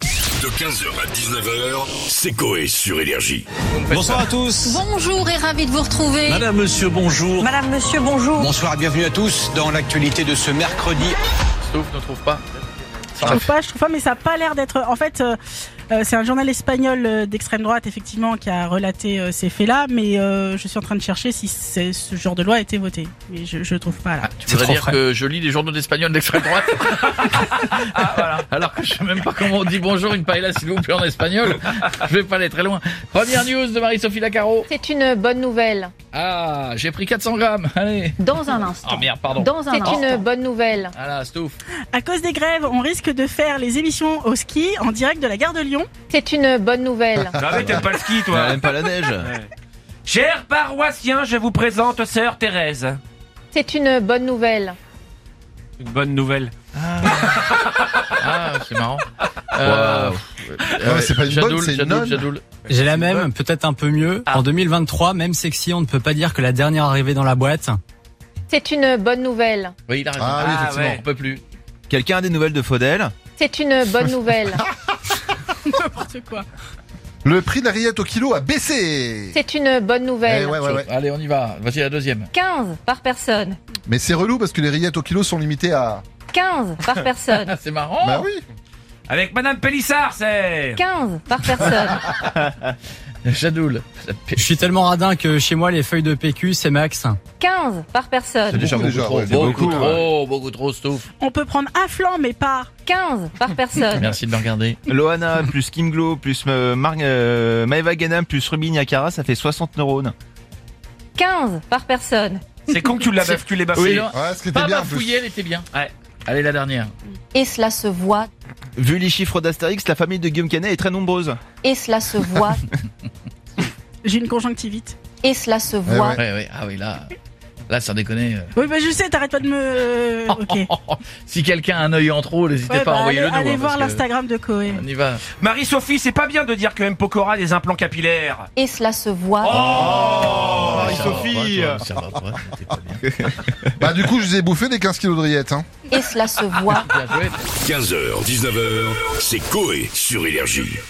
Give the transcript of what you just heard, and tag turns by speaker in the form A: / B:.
A: De 15h à 19h, c'est Coé sur Énergie.
B: Bonsoir à tous.
C: Bonjour et ravi de vous retrouver.
D: Madame, monsieur, bonjour.
E: Madame, monsieur, bonjour.
F: Bonsoir et bienvenue à tous dans l'actualité de ce mercredi.
G: Sauf, ne trouve pas. Ah,
E: Je trouve pas, je trouve pas, mais ça a pas l'air d'être. En fait, euh, euh, c'est un journal espagnol euh, d'extrême droite, effectivement, qui a relaté euh, ces faits-là, mais euh, je suis en train de chercher si c'est- ce genre de loi a été votée. Mais je, je trouve pas là.
G: Tu voudrais dire que je lis les journaux d'espagnol d'extrême droite Ah, Alors que je sais même pas comment on dit bonjour, une paella s'il vous plaît en espagnol. Je vais pas aller très loin. Première news de Marie-Sophie Lacaro.
C: C'est une bonne nouvelle.
G: Ah, j'ai pris 400 grammes. Allez.
C: Dans un instant.
G: Oh merde, pardon.
C: Dans un C'est une bonne nouvelle.
G: Ah là, stouff.
E: À cause des grèves, on risque de faire les émissions au ski en direct de la gare de Lyon.
C: C'est une bonne nouvelle.
H: Non mais t'aimes pas le ski toi
D: pas la neige.
H: Chers paroissiens, je vous présente Sœur Thérèse.
C: C'est une bonne nouvelle.
H: Une bonne nouvelle.
G: Ah, c'est marrant. Euh,
I: Non, mais c'est pas une
G: Jadoul,
I: bonne, c'est une
G: Jadoul,
I: nonne.
G: Jadoul.
D: J'ai la même, peut-être un peu mieux. En 2023, même sexy, on ne peut pas dire que la dernière arrivée dans la boîte.
C: C'est une bonne nouvelle.
G: Oui, il a raison.
I: Ah oui,
H: Ah,
I: effectivement.
H: ouais.
G: On peut plus.
F: Quelqu'un a des nouvelles de Faudel
C: C'est une bonne nouvelle.
E: N'importe quoi.
I: Le prix de la rillette au kilo a baissé.
C: C'est une bonne
I: Eh
C: nouvelle.
I: ouais, ouais, ouais.
G: Allez, on y va. Voici la deuxième.
C: 15 par personne.
I: Mais c'est relou parce que les rillettes au kilo sont limitées à.
C: 15 par personne.
G: Ah, c'est marrant.
I: Bah oui.
H: Avec Madame Pélissard, c'est...
C: 15 par personne.
G: Jadoul. La
D: Je
G: pêche.
D: suis tellement radin que chez moi, les feuilles de PQ, c'est max.
C: 15 par personne.
I: beaucoup déjà,
G: trop,
I: ouais, c'est
G: beaucoup,
I: beaucoup,
G: trop, beaucoup trop, stouff.
E: On peut prendre un flanc, mais pas.
C: 15 par personne.
G: Merci de me regarder.
J: Loana plus Kim Glow plus euh, Mar- euh, Maeva Ganem plus Ruby Nyakara, ça fait 60 neurones.
C: 15 par personne.
H: C'est con que tu l'as basculé,
G: Oui,
H: basculé.
G: non,
I: Ouais, ce qui était
G: Pas
I: bien. en plus.
G: bafouillé, elle était bien.
H: Ouais.
G: Allez, la dernière.
C: Et cela se voit.
J: Vu les chiffres d'Astérix, la famille de Guillaume Canet est très nombreuse.
C: Et cela se voit.
E: J'ai une conjonctivite.
C: Et cela se
I: Eh ouais.
G: Ouais, ouais. Ah oui, là, là, ça déconne.
E: Oui, bah je sais, t'arrêtes pas de me. euh, Ok. Ouais,
G: si quelqu'un a un œil en trop, n'hésitez pas
E: bah,
G: à envoyer
E: allez,
G: le nous.
E: allez
G: hein,
E: voir
G: parce que-
E: l'Instagram de Coé.
G: On y va.
H: Marie-Sophie, c'est pas bien de dire que M. Pokora a des implants capillaires.
C: Et cela se voit.
G: Oh,
J: Marie
G: ça va
J: Sophie.
G: pas, toi, ça va pas, t'es pas bien.
I: Bah du coup, je vous ai bouffé des 15 kilos de rillettes. Hein.
C: Et cela se voit.
G: Bien joué.
A: 15h, 19h, c'est Coé sur Énergie.